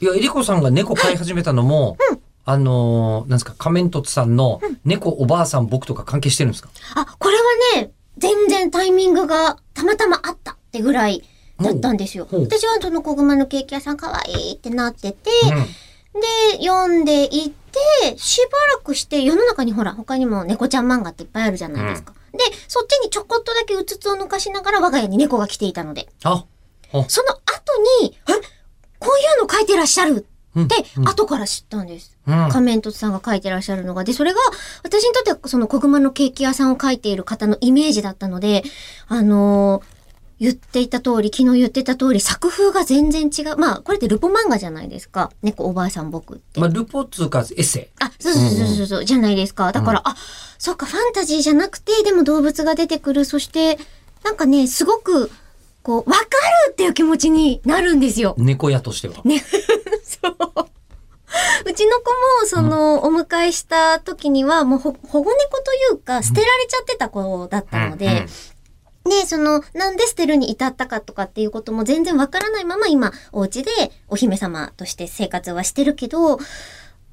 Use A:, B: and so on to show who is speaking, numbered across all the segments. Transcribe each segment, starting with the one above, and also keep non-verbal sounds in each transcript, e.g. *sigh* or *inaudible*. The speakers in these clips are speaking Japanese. A: いや、えりこさんが猫飼い始めたのも、あのー、なんですか、仮面凸さんの、猫おばあさん僕とか関係してるんですか
B: あ、これはね、全然タイミングがたまたまあったってぐらいだったんですよ。
A: ほうほう
B: 私はその子熊のケーキ屋さん可愛いってなってて、
A: う
B: で、読んでいって、しばらくして、世の中にほら、他にも猫ちゃん漫画っていっぱいあるじゃないですか。で、そっちにちょこっとだけうつつを抜かしながら我が家に猫が来ていたので、
A: ん。あ、
B: その後に、えこういうの書いてらっしゃる
A: うん。
B: って、
A: うん
B: 後から知ったんです。
A: うん
B: 仮面凸さんが書いてらっしゃるのが。で、それが、私にとってはその小熊のケーキ屋さんを書いている方のイメージだったので、あのー言っていた通り、昨日言ってた通り、作風が全然違う。まあ、これってルポ漫画じゃないですか。猫おばあさん僕って。
A: まあ、ルポっつうか、エッセ
B: あ、そうそうそうそうそう、じゃないですか。だから、あ、そうか、ファンタジーじゃなくて、でも動物が出てくる。そして、なんかね、すごく、こう、わかるっていう気持ちになるんですよ。
A: イ。猫屋としては。
B: *laughs* そう。うちの子も、その、お迎えした時には、もうほ、保護猫というか、捨てられちゃってた子だったので、で、その、なんで捨てるに至ったかとかっていうことも全然わからないまま今、お家でお姫様として生活はしてるけど、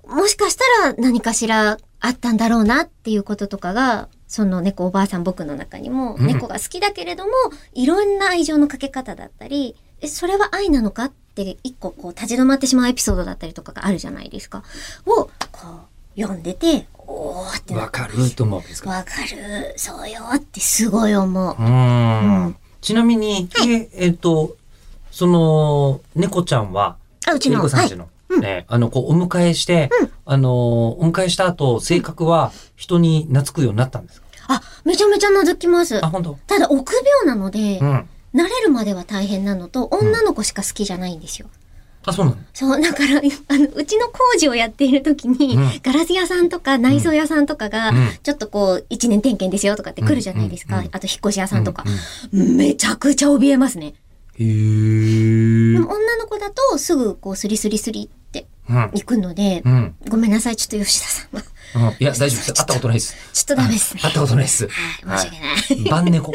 B: もしかしたら何かしらあったんだろうなっていうこととかが、その猫おばあさん僕の中にも、
A: うん
B: 猫が好きだけれども、いろんな愛情のかけ方だったり、え、それは愛なのかって一個こう立ち止まってしまうエピソードだったりとかがあるじゃないですか。を、こう、読んでて、おーって
A: うん
B: な
A: わ
B: っ
A: かると思うわけです
B: て
A: か。
B: わかる、そうよってすごい思う。
A: うー。
B: うん
A: ちなみに、ええっと、その、猫ちゃんは、
B: あ、うちの。
A: えりこさ
B: は
A: ん
B: い
A: ち。の、
B: うん
A: ね、あの、こう、お迎えして、あのー、お迎えした後、性格は人に懐くようになったんですか
B: あ、めちゃめちゃ覗きます
A: あ、。本当
B: ただ、臆病なので、
A: うん。
B: 慣れるまでは大変なのと、女の子しか好きじゃないんですよ。
A: あ、そうなの
B: そう、だから、あの、うちの工事をやっている時に、
A: うん
B: ガラス屋さんとか内装屋さんとかが、
A: うん
B: ちょっとこう、一年点検ですよとかって来るじゃないですか。
A: うんうん
B: あと、引っ越し屋さんとか、
A: う
B: めちゃくちゃ怯えますね。
A: ん
B: で
A: うんへ
B: も、女の子だと、すぐこう、スリスリスリって
A: ー
B: 行くので、
A: うん。うん。
B: ごめんなさい、ちょっと吉田さんは。
A: うんいや、大丈夫
B: *laughs*
A: です。会ったことないです。
B: ちょっとダメですね。
A: 会ったことない
B: *laughs*
A: です。
B: はい、申し訳ない。
A: 晩猫。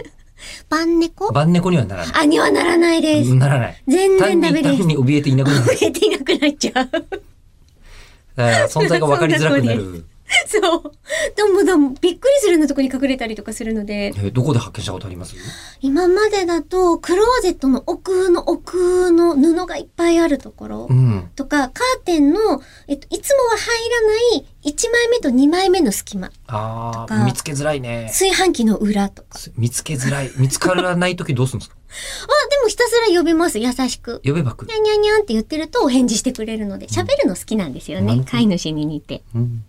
B: 晩猫
A: 晩猫にはならな
B: あ、にはならないで
A: い。
B: す。
A: ならない。
B: 全然
A: 単に、
B: ダメで
A: 単
B: す。
A: に怯えていなくな
B: *laughs*
A: る。
B: 増えていなくなっちゃう。
A: えー存在が分かりづらくなる。
B: *laughs* そう。でも、でもびっくりするようなとこに隠れたりとかするので
A: え。ーどこで発見したことあります
B: 今までだと、クローゼットの奥の奥の布がいっぱいあるところ
A: うん。
B: とか、カーテンの、えっと、いつもは入らない1枚目と2枚目の隙間。
A: あ
B: と
A: あ、
B: か
A: 見つけづらいね。
B: 炊飯器の裏とか。
A: 見つけづらい。見つからないときどうするんですか
B: あ、でもひたすら呼びます。優しく。
A: 呼べば来る
B: に。ゃんにゃんにゃんって言ってるとお返事してくれるので、喋るの好きなんですよ
A: う
B: ね
A: ん。
B: 飼い主に似て。
A: うん